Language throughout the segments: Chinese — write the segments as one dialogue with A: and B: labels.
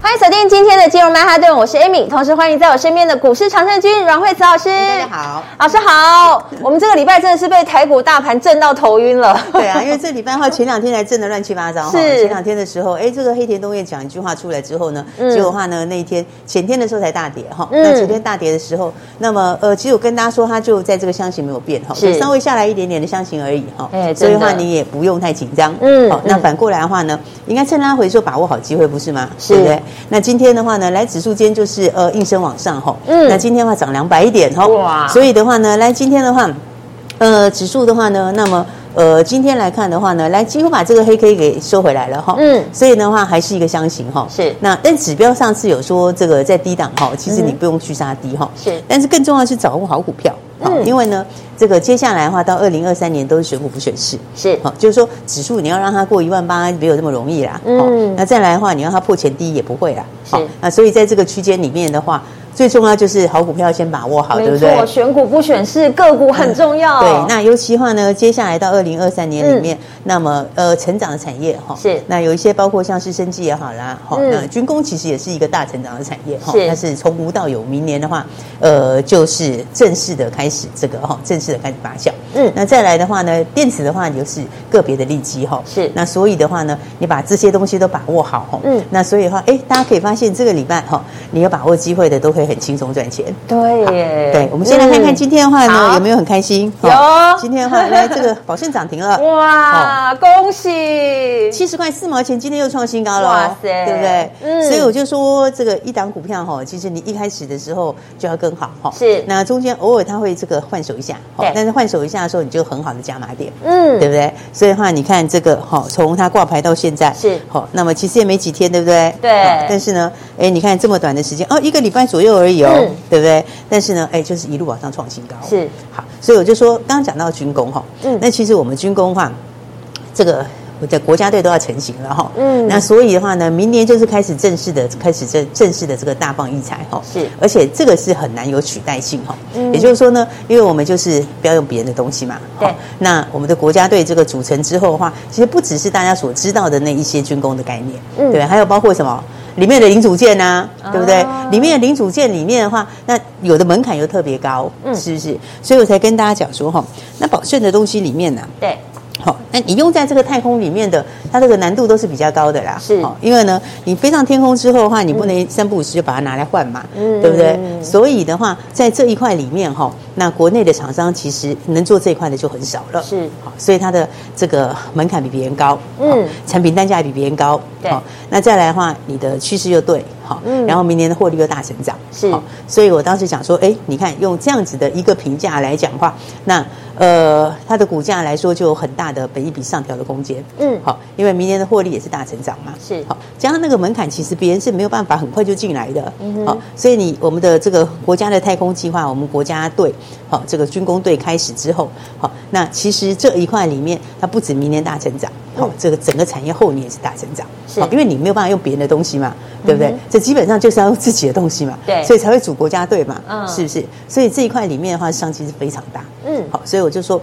A: 欢迎锁定今天的金融曼哈顿，我是 Amy，同时欢迎在我身边的股市常胜军阮慧慈老师。
B: 哎大家好，
A: 老师好。我们这个礼拜真的是被台股大盘震到头晕了。
B: 对啊，因为这礼拜的话，前两天才震得乱七八糟哈。
A: 是
B: 前两天的时候，哎，这个黑田东彦讲一句话出来之后呢，
A: 嗯
B: 结果的话呢，那一天前天的时候才大跌哈。
A: 嗯
B: 那前天大跌的时候，那么呃，其实我跟大家说，它就在这个箱型没有变哈，
A: 是
B: 就稍微下来一点点的箱型而已哈。
A: 哎
B: 所以的话
A: 真的
B: 你也不用太紧张。
A: 嗯
B: 好，那
A: 嗯
B: 反过来的话呢，应该趁拉回的时候把握好机会，不是吗？
A: 是
B: 对不对？那今天的话呢，来指数间就是呃应声往上哈。
A: 嗯
B: 那今天的话涨两百一点哈。
A: 哇
B: 所以的话呢，来今天的话。呃，指数的话呢，那么呃，今天来看的话呢，来几乎把这个黑 K 给收回来了哈。
A: 嗯
B: 所以的话还是一个箱型哈。
A: 是
B: 那但指标上次有说这个在低档哈，其实
A: 嗯
B: 你不用去杀低哈。
A: 是
B: 但是更重要的是掌握好股票。好
A: 嗯
B: 因为呢，这个接下来的话，到二零二三年都是选股不选市，
A: 是
B: 好，就是说指数你要让它过一万八，没有那么容易啦。哦
A: 嗯
B: 好那再来的话，你让它破前低也不会啦。
A: 是
B: 那所以在这个区间里面的话，最重要就是好股票先把握好，对不
A: 没
B: 对？
A: 错，选股不选市，个股很重要。
B: 对，那尤其话呢，接下来到二零二三年里面，那么呃，成长的产业哈，
A: 嗯是
B: 那有一些包括像是生技也好啦，哈、
A: 嗯
B: 那军工其实也是一个大成长的产业哈
A: 是
B: 但是从无到有，明年的话，呃，就是正式的开始这个哈，正式的开始发酵。
A: 嗯
B: 那再来的话呢，电池的话就是个别的利基哈，
A: 是
B: 那所以的话呢，你把这些东西都把握好哈，
A: 嗯
B: 那所以的话，哎，大家可以发现这个礼拜哈，你有把握机会的都会很轻松赚钱。
A: 对耶。
B: 对，我们先来看
A: 嗯
B: 看今天的话
A: 好
B: 呢，有没有很开心？
A: 有
B: 哦今天的话，来这个宝盛涨停了，
A: 哇，恭喜！
B: 七十块四毛钱，今天又创新高了哦，
A: 哇塞
B: 对不对？
A: 嗯
B: 所以我就说，这个一档股票哈，其实你一开始的时候就要更好哈。
A: 是
B: 那中间偶尔它会这个换手一下，哦
A: 对
B: 但是换手一下的时候，你就很好的加码点。
A: 嗯
B: 对，不对？所以的话，你看这个哈，从它挂牌到现在
A: 是
B: 好，那么其实也没几天，对不对？
A: 对
B: 好但是呢，哎，你看这么短的时间哦，一个礼拜左右而已哦，
A: 嗯
B: 对不对？但是呢，哎，就是一路往上创新高，
A: 是
B: 好。所以我就说，刚刚讲到军工哈，
A: 嗯
B: 那其实我们军工话，这个。我的国家队都要成型了哈，
A: 嗯
B: 那所以的话呢，明年就是开始正式的开始正正式的这个大放异彩哈，
A: 是
B: 而且这个是很难有取代性哈，
A: 嗯
B: 也就是说呢，因为我们就是不要用别人的东西嘛，
A: 对
B: 好那我们的国家队这个组成之后的话，其实不只是大家所知道的那一些军工的概念，
A: 嗯
B: 对，还有包括什么里面的零组件呐、
A: 啊
B: 对不对？里面的零组件里面的话，那有的门槛又特别高，
A: 嗯
B: 是不是？所以我才跟大家讲说哈，那保证的东西里面呢、
A: 对，
B: 好，那你用在这个太空里面的，它这个难度都是比较高的啦。
A: 是
B: 好因为呢，你飞上天空之后的话，你不能三不五时就把它拿来换嘛，
A: 嗯
B: 对不对？所以的话，在这一块里面哈，那国内的厂商其实能做这一块的就很少了。
A: 是
B: 好，所以它的这个门槛比别人高，
A: 嗯
B: 好，产品单价也比别人高，
A: 对
B: 好。那再来的话，你的趋势又对，好
A: 嗯，
B: 然后明年的获利又大成长，
A: 是
B: 好所以我当时想说，哎，你看用这样子的一个评价来讲话，那呃，它的股价来说就有很大的本益比上调的空间。
A: 嗯
B: 好，因为明年的获利也是大成长嘛。
A: 是
B: 好，加上那个门槛，其实别人是没有办法很快就进来的。
A: 嗯哼
B: 好，所以你我们的这个国家的太空计划，我们国家队好这个军工队开始之后，好，那其实这一块里面，它不止明年大成长，好
A: 嗯，
B: 这个整个产业后年也是大成长。
A: 是
B: 好因为你没有办法用别人的东西嘛，对不对？
A: 嗯哼
B: 这基本上就是要用自己的东西嘛。
A: 对
B: 所以才会组国家队嘛，
A: 嗯
B: 是不是？所以这一块里面的话，商机是非常大。
A: 嗯
B: 好，所以我就说。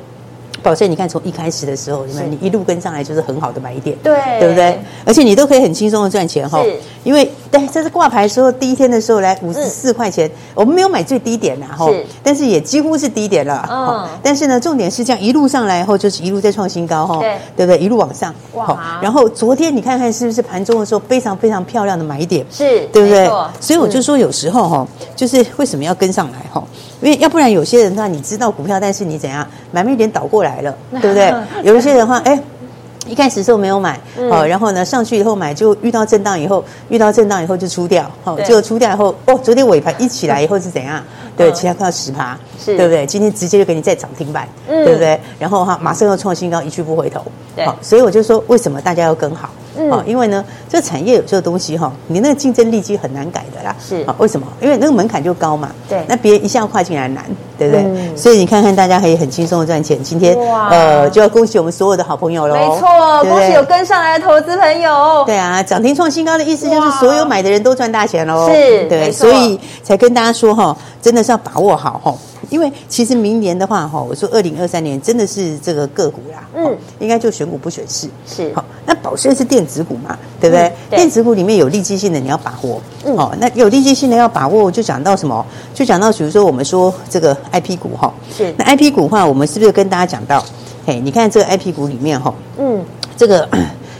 B: 宝盛，你看从一开始的时候，有没有
A: 是
B: 你一路跟上来就是很好的买点，
A: 对
B: 对不对？而且你都可以很轻松的赚钱哈
A: 是，
B: 因为对，这是挂牌的时候第一天的时候来五十四块钱，我们没有买最低点啦哈
A: 嗯是，
B: 但是也几乎是低点了。
A: 嗯
B: 哈但是呢，重点是这样一路上来后就是一路在创新高哈，
A: 对
B: 对不对？一路往上，
A: 哇
B: 好然后昨天你看看是不是盘中的时候非常非常漂亮的买点，
A: 是，
B: 对不对
A: 没错？
B: 所以我就
A: 嗯
B: 说，有时候哈，就是为什么要跟上来哈？因为要不然有些人的话，你知道股票，但是你怎样买卖点倒过来 了，对不对？有一些人的话，哎。一开始的时候没有买，
A: 嗯
B: 好、然后呢上去以后买，就遇到震荡以后，遇到震荡以后就出掉，好、
A: 对
B: 结果出掉以后，哦，昨天尾盘一起来以后是怎 样？对，其他快要十趴，
A: 嗯是
B: 对不对？今天直接就给你再涨停板，
A: 嗯
B: 对不对？然后哈、马上又创新高，一去不回头，哦
A: 对
B: 所以我就说，为什么大家要跟好？
A: 嗯
B: 哦，因为呢，这个产业有些东西哈，你那个竞争力其实很难改的啦。
A: 是
B: 啊，为什么？因为那个门槛就高嘛。
A: 对
B: 那别人一下跨进来难，对不对？
A: 嗯
B: 所以你看看大家可以很轻松的赚钱。今天
A: 哇
B: 呃，就要恭喜我们所有的好朋友喽。
A: 没错，
B: 哦对不
A: 恭
B: 对
A: 喜有跟上来的投资朋友。
B: 对啊，涨停创新高的意思就
A: 哇
B: 是所有买的人都赚大钱喽。
A: 是没
B: 对，
A: 错
B: 所以才跟大家说哈，真的是要把握好哈，因为其实明年的话哈，我说二零二三年真的是这个个股啦，
A: 嗯
B: 哦，应该就选股不选市。
A: 是
B: 好，那宝盛是电子股嘛，对不对？
A: 嗯对
B: 电子股里面有利基性的，你要把握。
A: 嗯
B: 哦，那有利基性的要把握，就讲到什么？就讲到比如说我们说这个 IP 股哈，
A: 是
B: 那 IP 股的话，我们是不是跟大家讲到？嘿，你看这个 IP 股里面哈，
A: 嗯，
B: 这个。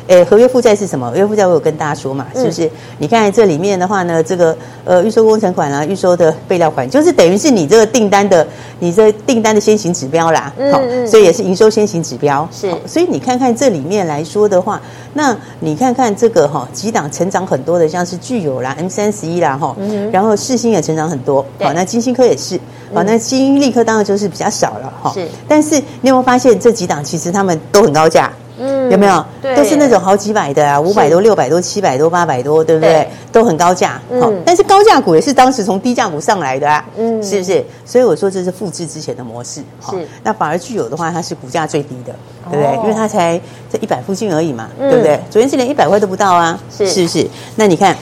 B: 诶，合约负债是什么？合约负债我有跟大家说嘛，
A: 嗯
B: 是不是？你看这里面的话呢，这个呃预收工程款啊，预收的备料款，就是等于是你这个订单的，你这订单的先行指标啦，
A: 嗯
B: 好
A: 嗯
B: 所以也是营收先行指标。
A: 是
B: 好所以你看看这里面来说的话，那你看看这个哈、几档成长很多的，像是具有啦、M 三十一啦哈、
A: 嗯哼
B: 然后世星也成长很多，
A: 对嗯
B: 好，那金星科也是，好，那金立科当然就是比较少了哈、
A: 是
B: 但是你有没有发现这几档其实他们都很高价？
A: 嗯
B: 有没有？
A: 对
B: 都是那种好几百的啊，五百多、六百多、七百多、八百多，对不对？
A: 对
B: 都很高价。
A: 嗯
B: 好、但是高价股也是当时从低价股上来的啊，
A: 嗯
B: 是不是？所以我说这是复制之前的模式。好
A: 是
B: 那反而具有的话，它是股价最低的，对不对？
A: 哦
B: 因为它才在一百附近而已嘛，
A: 嗯
B: 对不对？昨天是连一百块都不到啊，
A: 是
B: 不是？那你看。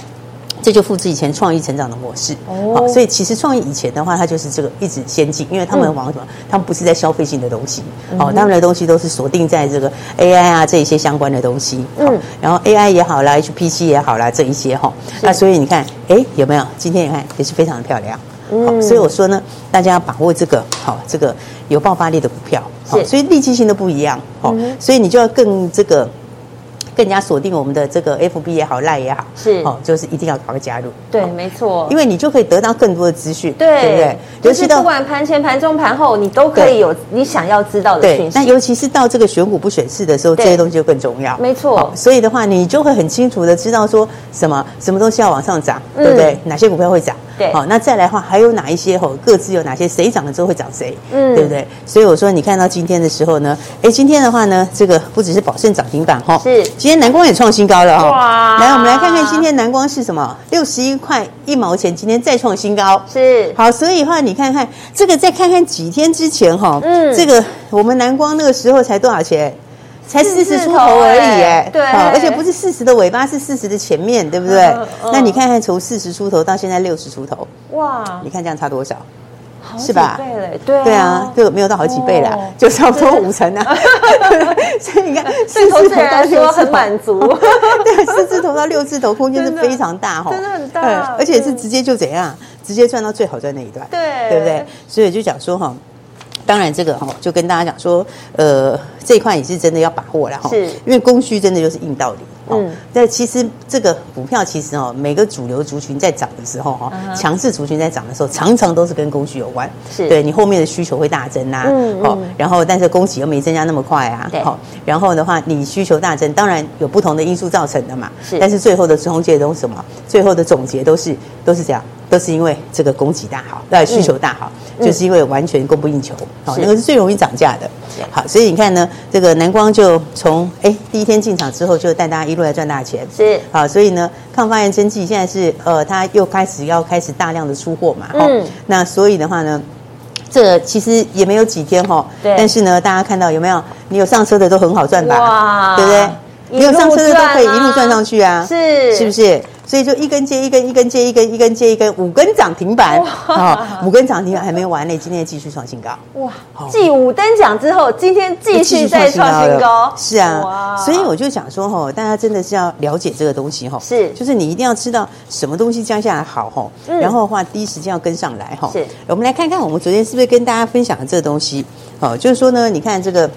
B: 这就复制以前创意成长的模式，
A: 哦
B: 好所以其实创意以前的话，它就是这个一直先进，因为他
A: 嗯
B: 们往什么？他们不是在消费性的东西，哦，他们的东西都是锁定在这个 AI 啊这一些相关的东西，
A: 嗯
B: 好然后 AI 也好啦，HPC 也好啦，这一些哈，那所以你看，哎，有没有？今天你看也是非常的漂亮，好，
A: 嗯
B: 所以我说呢，大家要把握这个好这个有爆发力的股票，好，
A: 是
B: 所以利基性都不一样，哦
A: 嗯哼，
B: 所以你就要更这个。更加锁定我们的这个 FB 也好，赖也好，
A: 是
B: 哦，就是一定要赶快加入，
A: 对，
B: 好
A: 没错，
B: 因为你就可以得到更多的资讯，
A: 对
B: 不对？
A: 就是
B: 到
A: 不管盘前、盘中、盘后，你都可以
B: 对
A: 有你想要知道的
B: 对
A: 讯，息。
B: 那尤其是到这个选股不选市的时候，
A: 对
B: 这些东西就更重要。
A: 没错
B: 好所以的话，你就会很清楚的知道说什么什么东西要往上涨，对不对？哪些股票会涨？
A: 嗯对
B: 好，那再来的话，还有哪一些吼各自有哪些谁涨了之后会涨谁？
A: 嗯
B: 对不对？所以我说，你看到今天的时候呢，哎，今天的话呢，这个不只是宝盛涨停板哈，吼
A: 是
B: 今天南光也创新高了哈。
A: 哇
B: 来，我们来看看今天南光是什么？六十一块一毛钱，今天再创新高。
A: 是
B: 好，所以的话，你看看这个，再看看几天之前哈，
A: 嗯
B: 这个我们南光那个时候才多少钱？才
A: 四
B: 四
A: 字
B: 十
A: 头
B: 出头而已
A: 哎
B: 哎、
A: 对
B: 好而且不是四十的尾巴，是四十的前面，对不对？
A: 嗯嗯
B: 那你看看从四十出头到现在六十出头，
A: 哇
B: 你，看这样差多少？
A: 好
B: 是吧
A: 几倍嘞，对
B: 对啊，就没有到好几倍啦，
A: 哦
B: 就差不多五成啊。 所以你看，
A: 对
B: 四
A: 投
B: 字
A: 资
B: 头
A: 人
B: 到
A: 来
B: 六
A: 说
B: 字头
A: 很满足啊
B: 对，四字头到六字头空间是
A: 真的
B: 非常大哈，
A: 真的很大
B: 对而且是
A: 嗯
B: 直接就怎样，直接赚到最好赚那一段，
A: 对
B: 对不对？所以就讲说哈。当然，这个哈就跟大家讲说，呃，这一块也是真的要把握了哈，
A: 是
B: 因为供需真的就是硬道理。
A: 嗯
B: 嗯，但其实这个股票其实哦，每个主流族群在涨的时候哈
A: 嗯，哼
B: 强势族群在涨的时候，常常都是跟供需有关。
A: 是
B: 对你后面的需求会大增呐、
A: 嗯
B: 好、
A: 嗯
B: 然后但是供给又没增加那么快啊
A: 对，
B: 然后的话，你需求大增，当然有不同的因素造成的嘛，
A: 是
B: 但是最后的总结都是什么？最后的总结都是都是这样，都是因为这个供给大好，呃，需求大好，
A: 嗯
B: 就是因为完全供不应求，好、
A: 是
B: 那个是最容易涨价的。好，所以你看呢，这个南光就从哎第一天进场之后，就带大家一路来赚大钱，
A: 是
B: 好，啊所以呢，抗发炎针剂现在是呃，它又开始要开始大量的出货嘛，
A: 嗯
B: 哦，那所以的话呢。这其实也没有几天哈、哦，
A: 对
B: 但是呢，大家看到有没有？你有上车的都很好赚
A: 哇
B: 吧，对不对？你有上车的都可以
A: 一路赚啊
B: 一路赚上去啊，
A: 是
B: 是不是？所以就一根接一根，一根接一根，一根接一根，五根涨停板
A: 哇
B: 啊、五根涨停板还没完呢，今天继续创新高。
A: 哇
B: 好！
A: 继五等奖之后，今天继续再创新高
B: 了，是
A: 哇
B: 啊，所以我就想说吼，大家真的是要了解这个东西吼，
A: 是
B: 就是你一定要知道什么东西降下来好吼，
A: 嗯
B: 然后的话第一时间要跟上来吼。
A: 是，
B: 我们来看看我们昨天是不是跟大家分享的这个东西，哦，就是说呢，你看这个，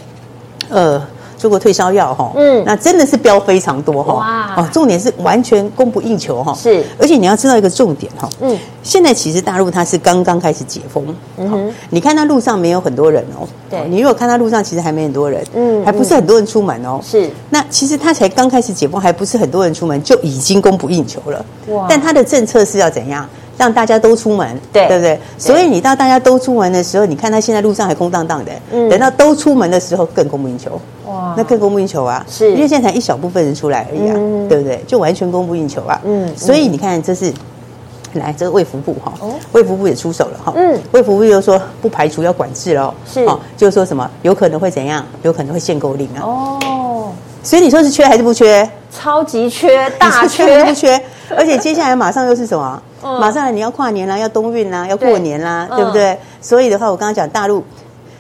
B: 呃。中国退烧药哈，
A: 嗯
B: 那真的是标非常多
A: 哇
B: 哈，哦，重点是完全供不应求哈，
A: 是
B: 而且你要知道一个重点哈，
A: 嗯
B: 嗯，现在其实大陆它是刚刚开始解封，
A: 嗯
B: 嗯
A: 哼
B: 你看它路上没有很多人哦，
A: 对
B: 你如果看它路上其实还没很多人，
A: 嗯
B: 嗯，还不是很多人出门哦，
A: 是
B: 那其实它才刚开始解封，还不是很多人出门，就已经供不应求了。
A: 哇
B: 但它的政策是要怎样？让大家都出门，
A: 对
B: 对不对？所以你到大家都出门的时候，你看他现在路上还空荡荡的，
A: 嗯
B: 等到都出门的时候更供不应求，
A: 哇
B: 那更供不应求啊，
A: 是
B: 因为现在才一小部分人出来而已啊，
A: 嗯
B: 对不对？就完全供不应求啊，
A: 嗯嗯
B: 所以你看这是。来，这个卫福部哈
A: 哦，
B: 卫福部也出手了哈。
A: 嗯
B: 卫福部又说不排除要管制了哦，
A: 是
B: 哦，就是说什么有可能会怎样，有可能会限购令啊。
A: 哦，
B: 所以你说是缺还是不缺？
A: 超级缺，大
B: 你说缺还
A: 缺
B: 是不，缺？而且接下来马上又是什么？
A: 嗯
B: 马上你要跨年啦，要冬运啦，要
A: 对
B: 过年啦，
A: 嗯
B: 对不对？所以的话，我刚刚讲大陆。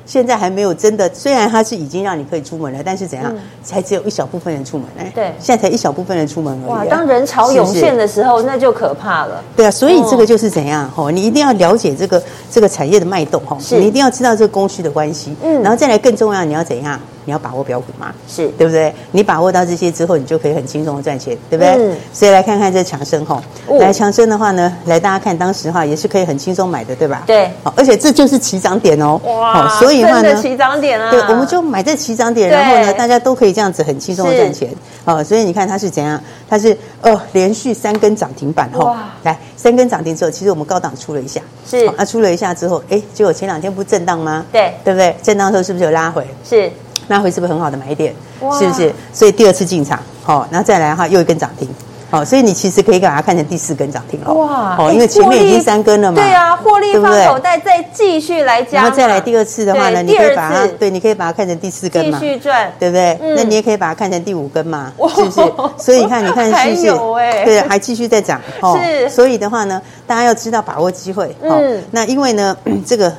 B: 现在还没有真的，虽然它是已经让你可以出门了，但是怎样，
A: 嗯
B: 才只有一小部分人出门哎。
A: 对
B: 现在才一小部分人出门而已啊。
A: 哇！当人潮涌
B: 是不是
A: 现的时候，那就可怕了。
B: 对啊，所以这个就是怎样哈、你一定要了解这个这个产业的脉动哈、
A: 哦是
B: 你一定要知道这个供需的关系，
A: 嗯
B: 然后再来更重要，你要怎样？你要把握标股嘛，
A: 是
B: 对不对？你把握到这些之后，你就可以很轻松的赚钱，对不对？
A: 嗯
B: 所以来看看这强生哈、
A: 哦
B: 来强生的话呢，来大家看当时哈也是可以很轻松买的，对吧？
A: 对
B: 好，而且这就是起涨点哦，
A: 哇，
B: 好所以的话
A: 真的
B: 呢，
A: 起涨点啊！
B: 对，我们就买在起涨点，
A: 对
B: 然后呢，大家都可以这样子很轻松的
A: 是
B: 赚钱。哦，所以你看它是怎样？它是哦，连续三根涨停板哈、哦
A: 哇，
B: 来三根涨停之后，其实我们高档出了一下，
A: 是
B: 哦那、出了一下之后，哎，结果前两天不震荡吗？
A: 对
B: 对不对？震荡的时候是不是有拉回？
A: 是
B: 拉回是不是很好的买点
A: 哇？
B: 是不是？所以第二次进场，好、哦，然后再来哈，又一根涨停。好、哦，所以你其实可以把它看成第四根涨停了。
A: 哇，
B: 哦，因为
A: 哎
B: 前面已
A: 获
B: 经
A: 利
B: 三根了嘛。
A: 对啊，获利
B: 对不
A: 放
B: 对
A: 口袋，再继续来加
B: 然
A: 嘛，
B: 后再来第二次的话
A: 对
B: 呢，你可以把
A: 第
B: 它
A: 二次
B: 对，你可以把它看成第四根
A: 继
B: 嘛。
A: 续赚，
B: 对不对？
A: 嗯
B: 那你也可以把它看成第五根嘛，
A: 哇
B: 是不 是？所以你看，你看是不
A: 还
B: 是？
A: 有欸
B: 对，还继续 在涨哦
A: 是
B: 所以的话呢，大家要知道把握机会哦。
A: 嗯
B: 那因为呢，这个。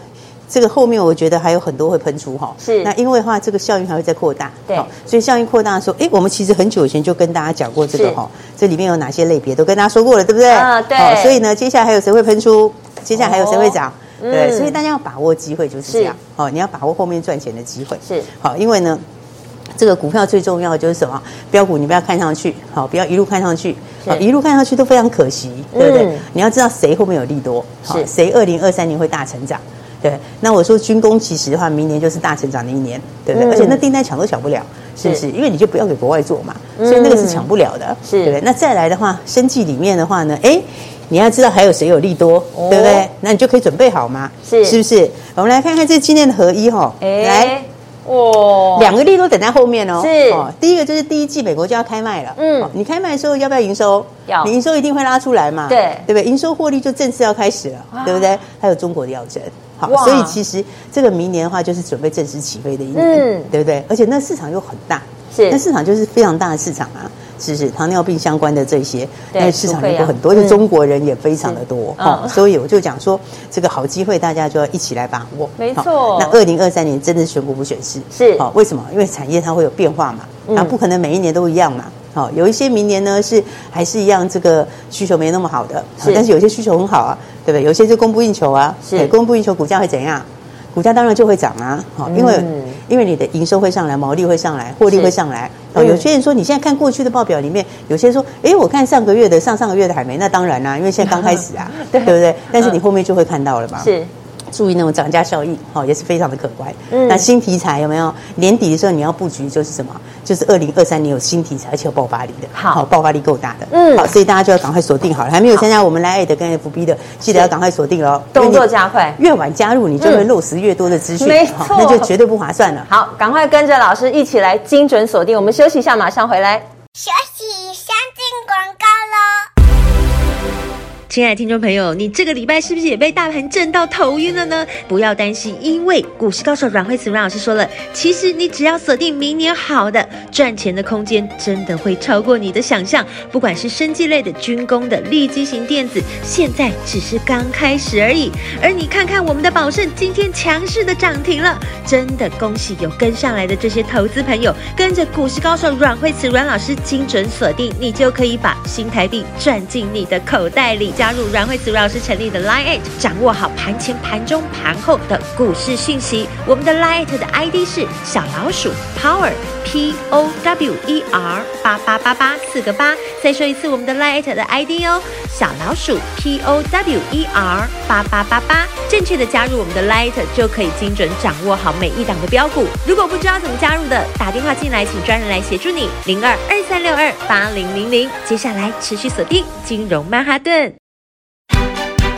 B: 这个后面我觉得还有很多会喷出哈，
A: 是
B: 那因为的话这个效应还会再扩大，
A: 对
B: 好所以效应扩大的时候，哎，我们其实很久以前就跟大家讲过这个
A: 是
B: 哈，这里面有哪些类别都跟大家说过了，对不对？
A: 啊对
B: 好所以呢，接下来还有谁会喷出？接下来还有谁会涨？
A: 哦
B: 对，
A: 嗯
B: 所以大家要把握机会就是这样
A: 是，
B: 好，你要把握后面赚钱的机会，
A: 是
B: 好，因为呢，这个股票最重要的就是什么？标股你不要看上去，好，不要一路看上去，
A: 是
B: 好，一路看上去都非常可惜，
A: 嗯
B: 对不对？你要知道谁后面有利多，好
A: 是
B: 谁二零二三年会大成长。对，那我说军工其实的话，明年就是大成长的一年，对不对？
A: 嗯
B: 而且那订单抢都抢不了，是不
A: 是嗯
B: 是？因为你就不要给国外做嘛，所以那个是抢不了的，
A: 是
B: 对不对？那再来的话，生计里面的话呢，哎，你要知道还有谁有利多，
A: 哦
B: 对不对？那你就可以准备好嘛，
A: 是
B: 是不是？我们来看看这今天的合一哈、
A: 哎，
B: 来。
A: 哇，
B: 两个利多等在后面哦。
A: 哦是
B: 哦，第一个就是第一季美国就要开卖了。
A: 嗯
B: 哦你开卖的时候要不要营收？
A: 要
B: 你营收一定会拉出来嘛？
A: 对
B: 对不对？营收获利就正式要开始了
A: 哇，
B: 对不对？还有中国的药证。好
A: 哇，
B: 所以其实这个明年的话，就是准备正式起飞的一年，
A: 嗯
B: 对不对？而且那市场又很大，
A: 是
B: 那市场就是非常大的市场啊，是不是？糖尿病相关的这些，
A: 对
B: 那市场人口很多，
A: 除
B: 而
A: 非啊
B: 且中国人也非常的多
A: 是嗯
B: 哦，所以我就讲说，这个好机会大家就要一起来把握。
A: 没
B: 好
A: 错
B: 那二零二三年真的是全国不选市，
A: 是
B: 好、为什么？因为产业它会有变化嘛，啊
A: 嗯
B: 那不可能每一年都一样嘛。好、有一些明年呢是还是一样，这个需求没那么好的，好
A: 是
B: 但是有些需求很好啊，对不对？有些就供不应求啊，
A: 是
B: 对供不应求，股价会怎样？股价当然就会涨啊，好、因为、
A: 嗯
B: 因为你的营收会上来，毛利会上来，获利
A: 是
B: 会上来。哦，
A: 嗯
B: 有些人说你现在看过去的报表里面，有些人说，哎，我看上个月的、上上个月的还没，那当然啦、因为现在刚开始啊，
A: 对嗯
B: 对不对？但是你后面就会看到了嘛，
A: 是
B: 注意那种涨价效应，哦，也是非常的可观。
A: 嗯
B: 那新题材有没有？年底的时候你要布局就是什么？就是二零二三年有新题材，而且有爆发力的，哦
A: 好
B: 爆发力够大的，
A: 嗯
B: 好，所以大家就要赶快锁定好了。还没有参加我们 l i 的跟 FB 的，记得要赶快锁定了哦，
A: 动
B: 因为
A: 作
B: 你
A: 加快。
B: 越晚加入，你就会
A: 嗯
B: 漏失越多的资讯，
A: 没
B: 好
A: 错
B: 那就绝对不划算了。
A: 好，赶快跟着老师一起来精准锁定。我们休息一下，马上回来。
C: 学习相进广告喽。
D: 亲爱的听众朋友，你这个礼拜是不是也被大盘震到头晕了呢？不要担心，因为股市高手阮慧慈阮老师说了，其实你只要锁定明年好的，赚钱的空间真的会超过你的想象。不管是生技类的、军工的、利基型电子，现在只是刚开始而已。而你看看我们的宝盛今天强势的涨停了，真的恭喜有跟上来的这些投资朋友，跟着股市高手阮慧慈阮老师精准锁定，你就可以把新台币赚进你的口袋里。加入阮慧慈阮老师成立的 Line，8, 掌握好盘前、盘中、盘后的股市讯息。我们的 Line 8的 ID 是小老鼠 Power P O W E R 八八八八四个八。再说一次我们的 Line 8的 ID 哦，小老鼠 P O W E R 八八八八。正确的加入我们的 Line 8就可以精准掌握好每一档的标股。如果不知道怎么加入的，打电话进来，请专人来协助你。零二二三六二八零零零。接下来持续锁定金融曼哈顿。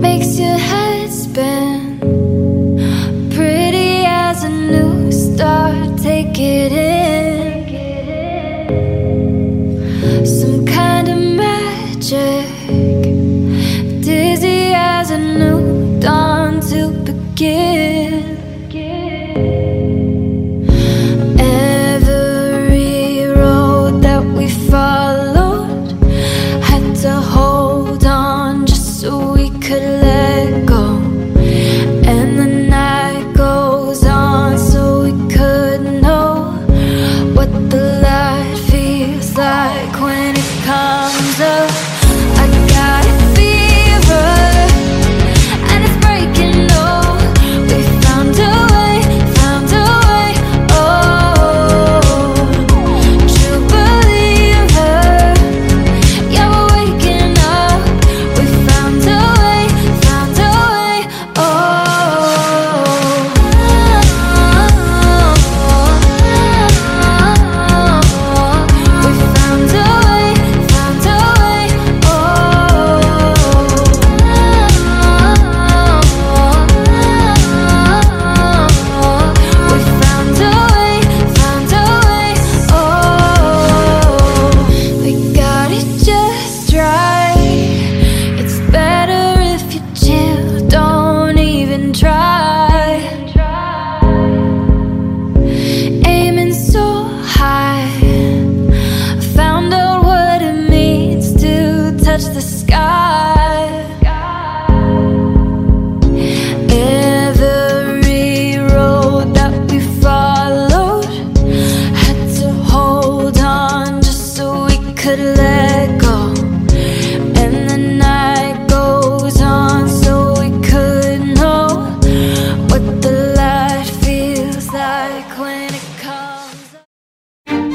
E: Makes your head spin. Pretty as a new star, take it in. Some kind of magic. Dizzy as a new dawn to begin. Every road that we followed had to hold on just so we could let go. And the night goes on so we could know what the light feels like when it comes up. I got a fever. And it's breaking low. We found a way, found a way. Oh, true believer, you're waking up. We found a way, found a way. Oh, we found a way, found a way. Oh. We found a way, found a way. Oh, we got it just right. It's better if you chill, don't even try. Aiming so high, I found out what it means to touch the sky. Every road that we followed had to hold on just so we could let go. And the night goes on so we could know what the light feels like when it comes.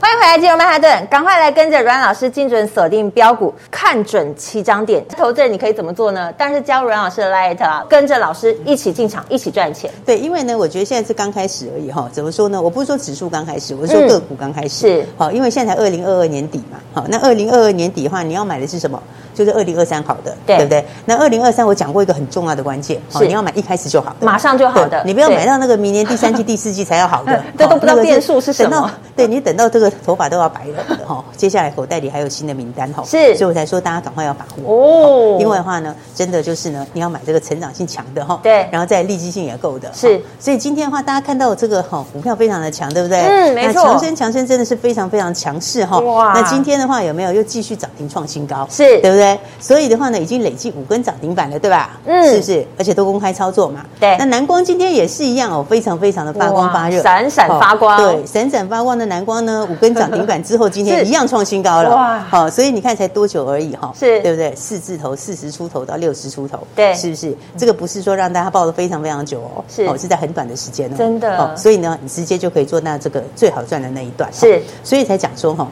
A: 欢迎回来，金融曼哈顿，赶快来跟着阮老师精准锁定标股，看准起涨点。投资人你可以怎么做呢？但是加入阮老师的 Lite 啊，跟着老师一起进场，一起赚钱。
B: 对，因为呢，我觉得现在是刚开始而已哈。怎么说呢？我不是说指数刚开始，我是说个股刚开始。
A: 嗯是
B: 好，因为现在才二零二二年底嘛。好，那二零二二年底的话，你要买的是什么？就是二零二三好的，
A: 对
B: 不对？那二零二三我讲过一个很重要的关键，
A: 是
B: 你要买一开始就好的，
A: 马上就好的
B: 对你不要
A: 对
B: 买到那个明年第
A: ，
B: 三季、第四季才要好的
A: 这都
B: 哦
A: 不知道
B: 那个
A: 变数是什么
B: 等到对你等到这个头发都要白了，哦，接下来口袋里还有新的名单哦，
A: 是
B: 所以我才说大家赶快要把握。
A: 哦
B: 因为的话呢，真的就是呢，你要买这个成长性强的哈，
A: 对
B: 然后再利基性也够的，
A: 是
B: 哦所以今天的话，大家看到这个哈股票非常的强，对不对？
A: 嗯没
B: 那
A: 错
B: 强生强生真的是非常非常强势哈。
A: 哇
B: 那今天的话有没有又继续涨停创新高？
A: 是
B: 对不对？所以的话呢，已经累计五根涨停板了，对吧？
A: 嗯
B: 是不是？而且都公开操作嘛。
A: 对
B: 那蓝光今天也是一样哦，非常非常的发光
A: 哇
B: 发热，
A: 闪闪发光
B: 哦对，闪闪发光的蓝光呢，五根涨停板之后，今天
A: 是
B: 一样创新高了。
A: 哇
B: 好，所以你看才多久而已哈，
A: 是
B: 对不对？四字头、四十出头到六十出头，
A: 对
B: 是不是？这个不是说让大家抱得非常非常久哦，
A: 是
B: 哦，是在很短的时间哦，
A: 真的
B: 哦，所以呢，你直接就可以做到这个最好赚的那一段，哦
A: 是，
B: 所以才讲说哈。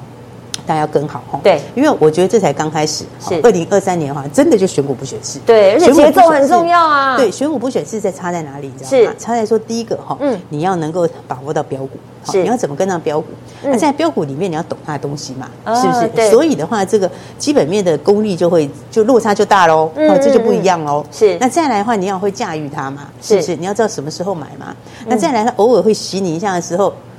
B: 大家要跟好哦
A: 对
B: 因为我觉得这才刚开始。哦
A: 是
B: 二零二三年的话，真的就选股不选市。
A: 对而且
B: 选股不
A: 节奏
B: 选
A: 很
B: 市
A: 重要啊
B: 对，选股不选市在差在哪里？你知道吗
A: 是？
B: 差在说第一个哈，
A: 嗯
B: 你要能够把握到标股，好
A: 是
B: 你要怎么跟上标股？
A: 嗯
B: 那在标股里面，你要懂它的东西嘛，
A: 哦
B: 是不
A: 对
B: 是？所以。所以的话，这个基本面的功力就会就落差就大喽，
A: 嗯
B: 哦，这就不一样喽。
A: 是
B: 那再来的话，你要会驾驭它嘛，
A: 是嗯
B: 是不是？你要知道什么时候买嘛。那再来，它偶尔会洗你一下的时候，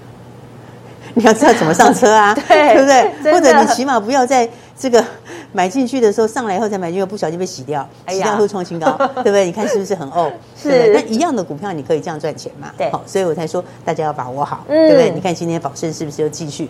B: 你要知道怎么上车啊，
A: 对
B: 不对？
A: 真的
B: 或者你起码不要在这个买进去的时候上来以后才买进去，不小心被洗掉，
A: 哎呀
B: 洗掉会创 新高，对不对？你看是不是很哦？
A: 是
B: 对不对那一样的股票，你可以这样赚钱嘛？
A: 对
B: 好所以我才说大家要把握好，
A: 嗯
B: 对不对？你看今天宝盛是不是又继续？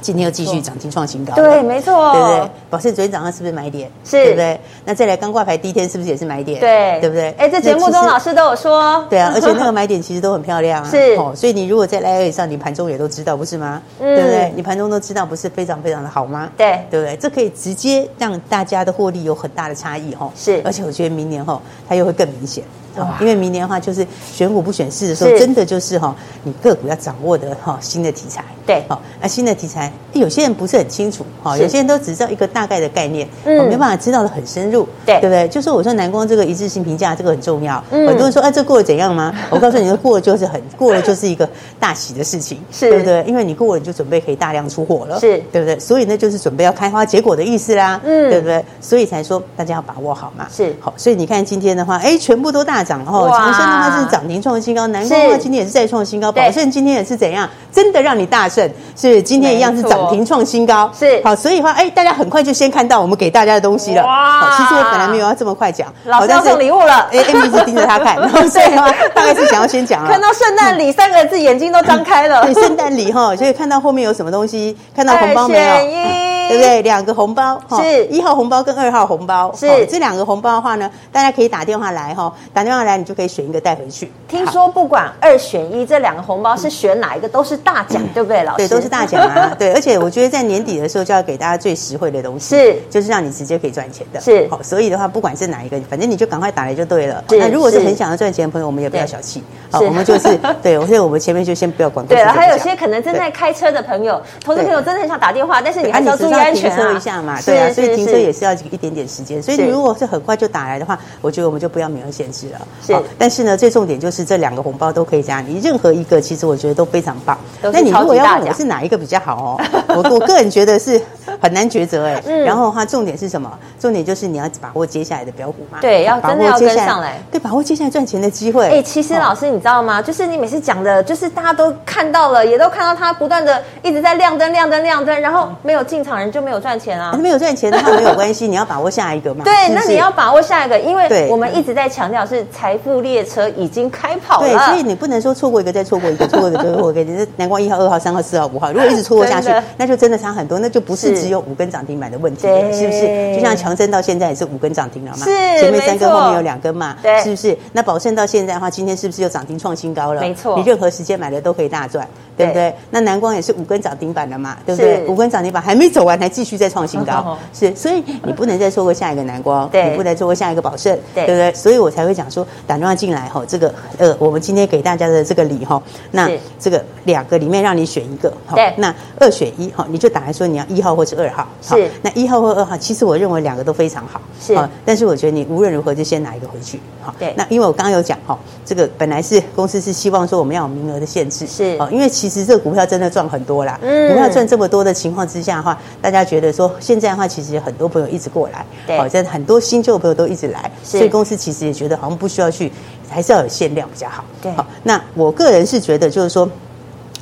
B: 今天又继续涨停创新高了，
A: 对，没错，
B: 对不对？宝盛昨天早上是不是买点？
A: 是
B: 对不对？那再来刚挂牌第一天是不是也是买点？
A: 对
B: 对不对？
A: 哎，这节目
B: 那其
A: 中
B: 实
A: 老。师都有说，
B: 对 啊，而且那个买点其实都很漂亮啊，
A: 是
B: 所以你如果在 A 上，你盘中也都知道，不是吗？
A: 嗯
B: 对不对？你盘中都知道，不是非常非常的好吗？
A: 对
B: 对不对？这可以直接让大家的获利有很大的差异哈、哦
A: 是
B: 而且我觉得明年哈、哦它又会更明显。哦
A: 哇
B: 因为明年的话，就是选股不选市的时候，
A: 是
B: 真的就是哈、你个股要掌握的哈、新的题材。
A: 对
B: 好、那新的题材，有些人不是很清楚，哈、
A: 是
B: 有些人都只知道一个大概的概念，
A: 嗯
B: 哦没办法知道的很深入，
A: 对
B: 对不对？就是我说南光这个一致性评价，这个很重要。
A: 嗯
B: 很多人说，哎、这过了怎样吗？我告诉你，这过了就是很过了，就是一个大喜的事情，
A: 是
B: 对不对？因为你过了，你就准备可以大量出货了，
A: 是
B: 对不对？所以那就是准备要开花结果的意思啦，
A: 嗯
B: 对不对？所以才说大家要把握好嘛，
A: 是
B: 好。所以你看今天的话，哎，全部都大涨哦，
A: 哇
B: 长生的话是涨停创新高，南光的话今天也是再创新高，
A: 对
B: 宝盛今天也是怎样，真的让你大胜，是今天一样是
A: 没错
B: 涨停创新高，
A: 是
B: 好。所以的话，哎，大家很快就先看到我们给大家的东西了，
A: 哇
B: 好其实我本来没有要这么快讲，
A: 老师
B: 好但是
A: 要送礼物了
B: 哎，Amy 一直盯着他看，所以的话大概是想要先讲了，啊
A: 看到“圣诞礼”三个字，眼睛都张开了
B: 对，。圣诞礼哈，所以看到后面有什么东西，看到红包没
A: 二选
B: 有？
A: 一，
B: 对不？对？两个红包哈
A: 是
B: 一号红包跟二号红包
A: 是
B: 哦这两个红包的话呢，大家可以打电话来哈，打电话来你就可以选一个带回去。
A: 听
B: 好
A: 说不管二选一，这两个红包是选哪一个都是大奖，对不对，老师？
B: 对，都是大奖 啊！对，而且我觉得在年底的时候就要给大家最实惠的东西，
A: 是
B: 就是让你直接可以赚钱的。
A: 是
B: 好，所以的话，不管是哪一个，反正你就赶快打来就对了。
A: 是
B: 那如果是
A: 是
B: 很想要赚钱的朋友，我们也不要
A: 对
B: 小气，
A: 是
B: 我们就是对，所以我们前面就先不 要管过去
A: 对
B: 怎
A: 了，
B: 么讲。
A: 还有些可能正在开车的朋友，投资
B: 对
A: 朋友真的很想打电话，但是你还是
B: 啊
A: 要注意安全
B: 你只是要
A: 啊，
B: 停车一下嘛，对啊，
A: 是
B: 所以停车也
A: 是
B: 是要一点点时间。所以
A: 是
B: 你如果是很快就打来的话，我觉得我们就不要免而限制了。
A: 是
B: 但是呢，最重点就是这两个红包都可以加你，任何一个其实我觉得都非常棒。
A: 都是
B: 那你如果
A: 超级
B: 要
A: 大
B: 问我
A: 奖
B: 是哪一个比较好哦，我我个人觉得是很难抉择哎。
A: 嗯
B: 然后的话，重点是什么？重点就是你要把握接下来的标股嘛，
A: 对要
B: 把握
A: 真的要
B: 接下
A: 跟上来
B: 对，把握接下来赚钱的机会。
A: 哎、其实老师你知道吗？就是你每次讲的，就是大家都看到了，也都看到他不断的一直在亮灯、亮灯、亮灯，然后没有进场人就没有赚钱啊
B: 哦。没有赚钱的话没有关系，你要把握下一个嘛。
A: 对，
B: 是不
A: 那
B: 是
A: 你要把握下一个，因为
B: 对
A: 我们一直在强调是财富列车已经开跑了。
B: 对，所以你不能说错过一个再错过一个，错过一个再错过一个。你是 南光一号、二号、三号、四号、五号，如果一直错过下去
A: 真的，
B: 那就真的差很多，那就不是
A: 是
B: 只有五根涨停板的问题
A: 对
B: 了，是不是？就像强生到现在也是五根涨停了嘛，
A: 是
B: 前面三
A: 没错
B: 根，后面有两根嘛，
A: 对
B: 是不是？那宝盛到现在的话，今天是不是又涨停创新高了？
A: 没错
B: 你任何时间买的都可以大赚，对不
A: 对
B: 对？那南光也是五根涨停板了嘛，对不对？
A: 是
B: 五根涨停板还没走完，还继续再创新
A: 哦
B: 高，是，所以你不能再错过下一个南光，
A: 对
B: 你不能错过下一个宝盛，
A: 嗯对
B: 对不对？所以我才会讲说打电话进来哈，这个呃，我们今天给大家的这个礼哈，那
A: 是
B: 这个两个里面让你选一个，好
A: 对
B: 那二选一哈，你就打来说你要一号或是二号，好
A: 是
B: 那一号或二号，其实我认为两个都非常好，
A: 是
B: 好但是我觉得你无论如何就先拿一个回去，好
A: 对
B: 那因为我刚刚有讲哈，这个本来是公司是希望说我们要有名额的限制，
A: 是
B: 哦因为其实这个股票真的赚很多啦，
A: 嗯
B: 股票赚这么多的情况之下的话，大家觉得说，现在的话其实很多朋友一直过来，
A: 对
B: 好像很多新旧朋友都一直来，
A: 是
B: 所以公司其实也觉得好像不需要去，还是要有限量比较好。
A: 对
B: 好，那我个人是觉得就是说。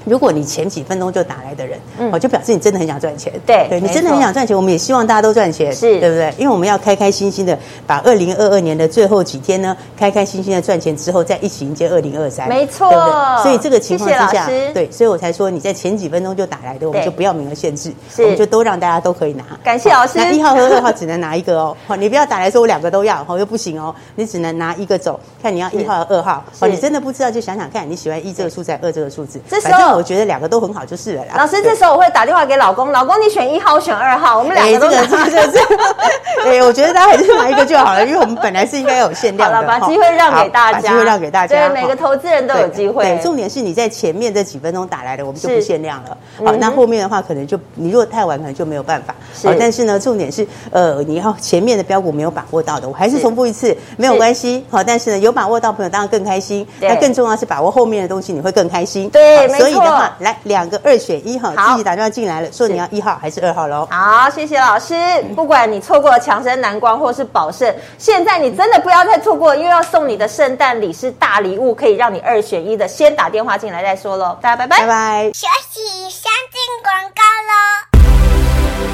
B: 如果你前几分钟就打来的人，
A: 嗯
B: 哦，就表示你真的很想赚钱。
A: 对
B: 对你
A: 没
B: 真的很
A: 错
B: 想赚钱，我们也希望大家都赚钱，
A: 是
B: 对不对？因为我们要开开心心的把二零二二年的最后几天呢，开开心心的赚钱之后，再一起迎接二零二三。
A: 没错
B: 对不对所以这个情况之
A: 谢谢
B: 下，
A: 老师
B: 对，所以我才说你在前几分钟就打来的，我们
A: 对
B: 就不要名额限制，
A: 是
B: 我们就都让大家都可以拿。
A: 感谢老师
B: 那一号和二号只能拿一个哦， 好，你不要打来说我两个都要，好又不行哦，你只能拿一个走，看你要一号和二号。好，
A: 是
B: 你真的不知道就想想看，你喜欢一这个数字，二这个数字。
A: 这时候
B: 反正我觉得两个都很好就是了啦。
A: 老师，这
B: 对
A: 时候我会打电话给老公，老公你选一号，我选二号，我们两
B: 哎，
A: 个
B: 这
A: 都拿
B: 个这个这个，哎，我觉得大家还是拿一个就好了，因为我们本来是应该有限 量
A: 好
B: 的。
A: 了，把
B: 哈
A: 机会让给大
B: 好把
A: 家，
B: 机会让给大家。
A: 对，每个
B: 哈
A: 投资人都有机会。
B: 对，对重点是你在前面这几分钟打来的，我们就不
A: 是
B: 限量了。
A: 嗯
B: 好，
A: 哼
B: 那后面的话可能就你如果太晚，可能就没有办法。
A: 是
B: 好，但是呢，重点是呃，你要前面的标股没有把握到的，我还是
A: 是
B: 重复一次，没有
A: 是
B: 关系。好，但是呢，有把握到朋友当然更开心。
A: 对
B: 那更重要是把握后面的东西，你会更开心。
A: 对
B: 好
A: 没
B: 所以的
A: 错
B: 话，来两个二选一哈，
A: 好
B: 自己打电话进来了，说你
A: 是
B: 要一号还是二号喽？
A: 好，谢谢老师。不管你错过了强生、南光或是宝盛，现在你真的不要再错过，因为要送你的圣诞礼是大礼物，可以让你二选一的。先打电话进来再说喽，大家拜拜
B: 拜。拜。
C: 学习先进广告喽。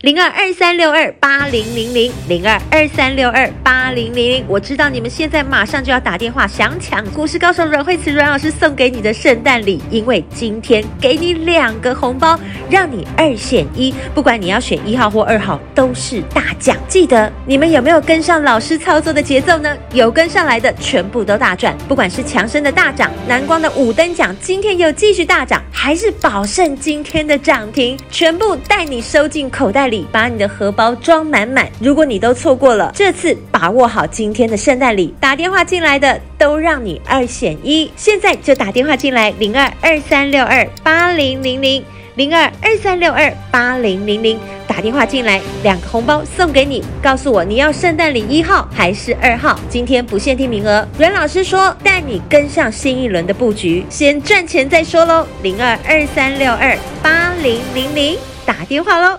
D: 零二二三六二八零零零零二二三六二八零零零。我知道你们现在马上就要打电话想抢股市高手阮慧慈阮老师送给你的圣诞礼，因为今天给你两个红包，让你二选一，不管你要选一号或二号都是大奖。记得你们有没有跟上老师操作的节奏呢？有跟上来的全部都大赚，不管是强生的大涨，南光的五等奖今天又继续大涨，还是宝盛今天的涨停，全部带你收进口袋里，把你的荷包装满满。如果你都错过了，这次把握好今天的圣诞礼，打电话进来的都让你二选一，现在就打电话进来零二二三六二八零零零。零二二三六二八零零零打电话进来，两个红包送给你。告诉我你要圣诞礼一号还是二号？今天不限定名额。阮老师说带你跟上新一轮的布局，先赚钱再说喽。零二二三六二八零零零打电话喽。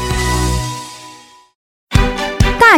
F: 大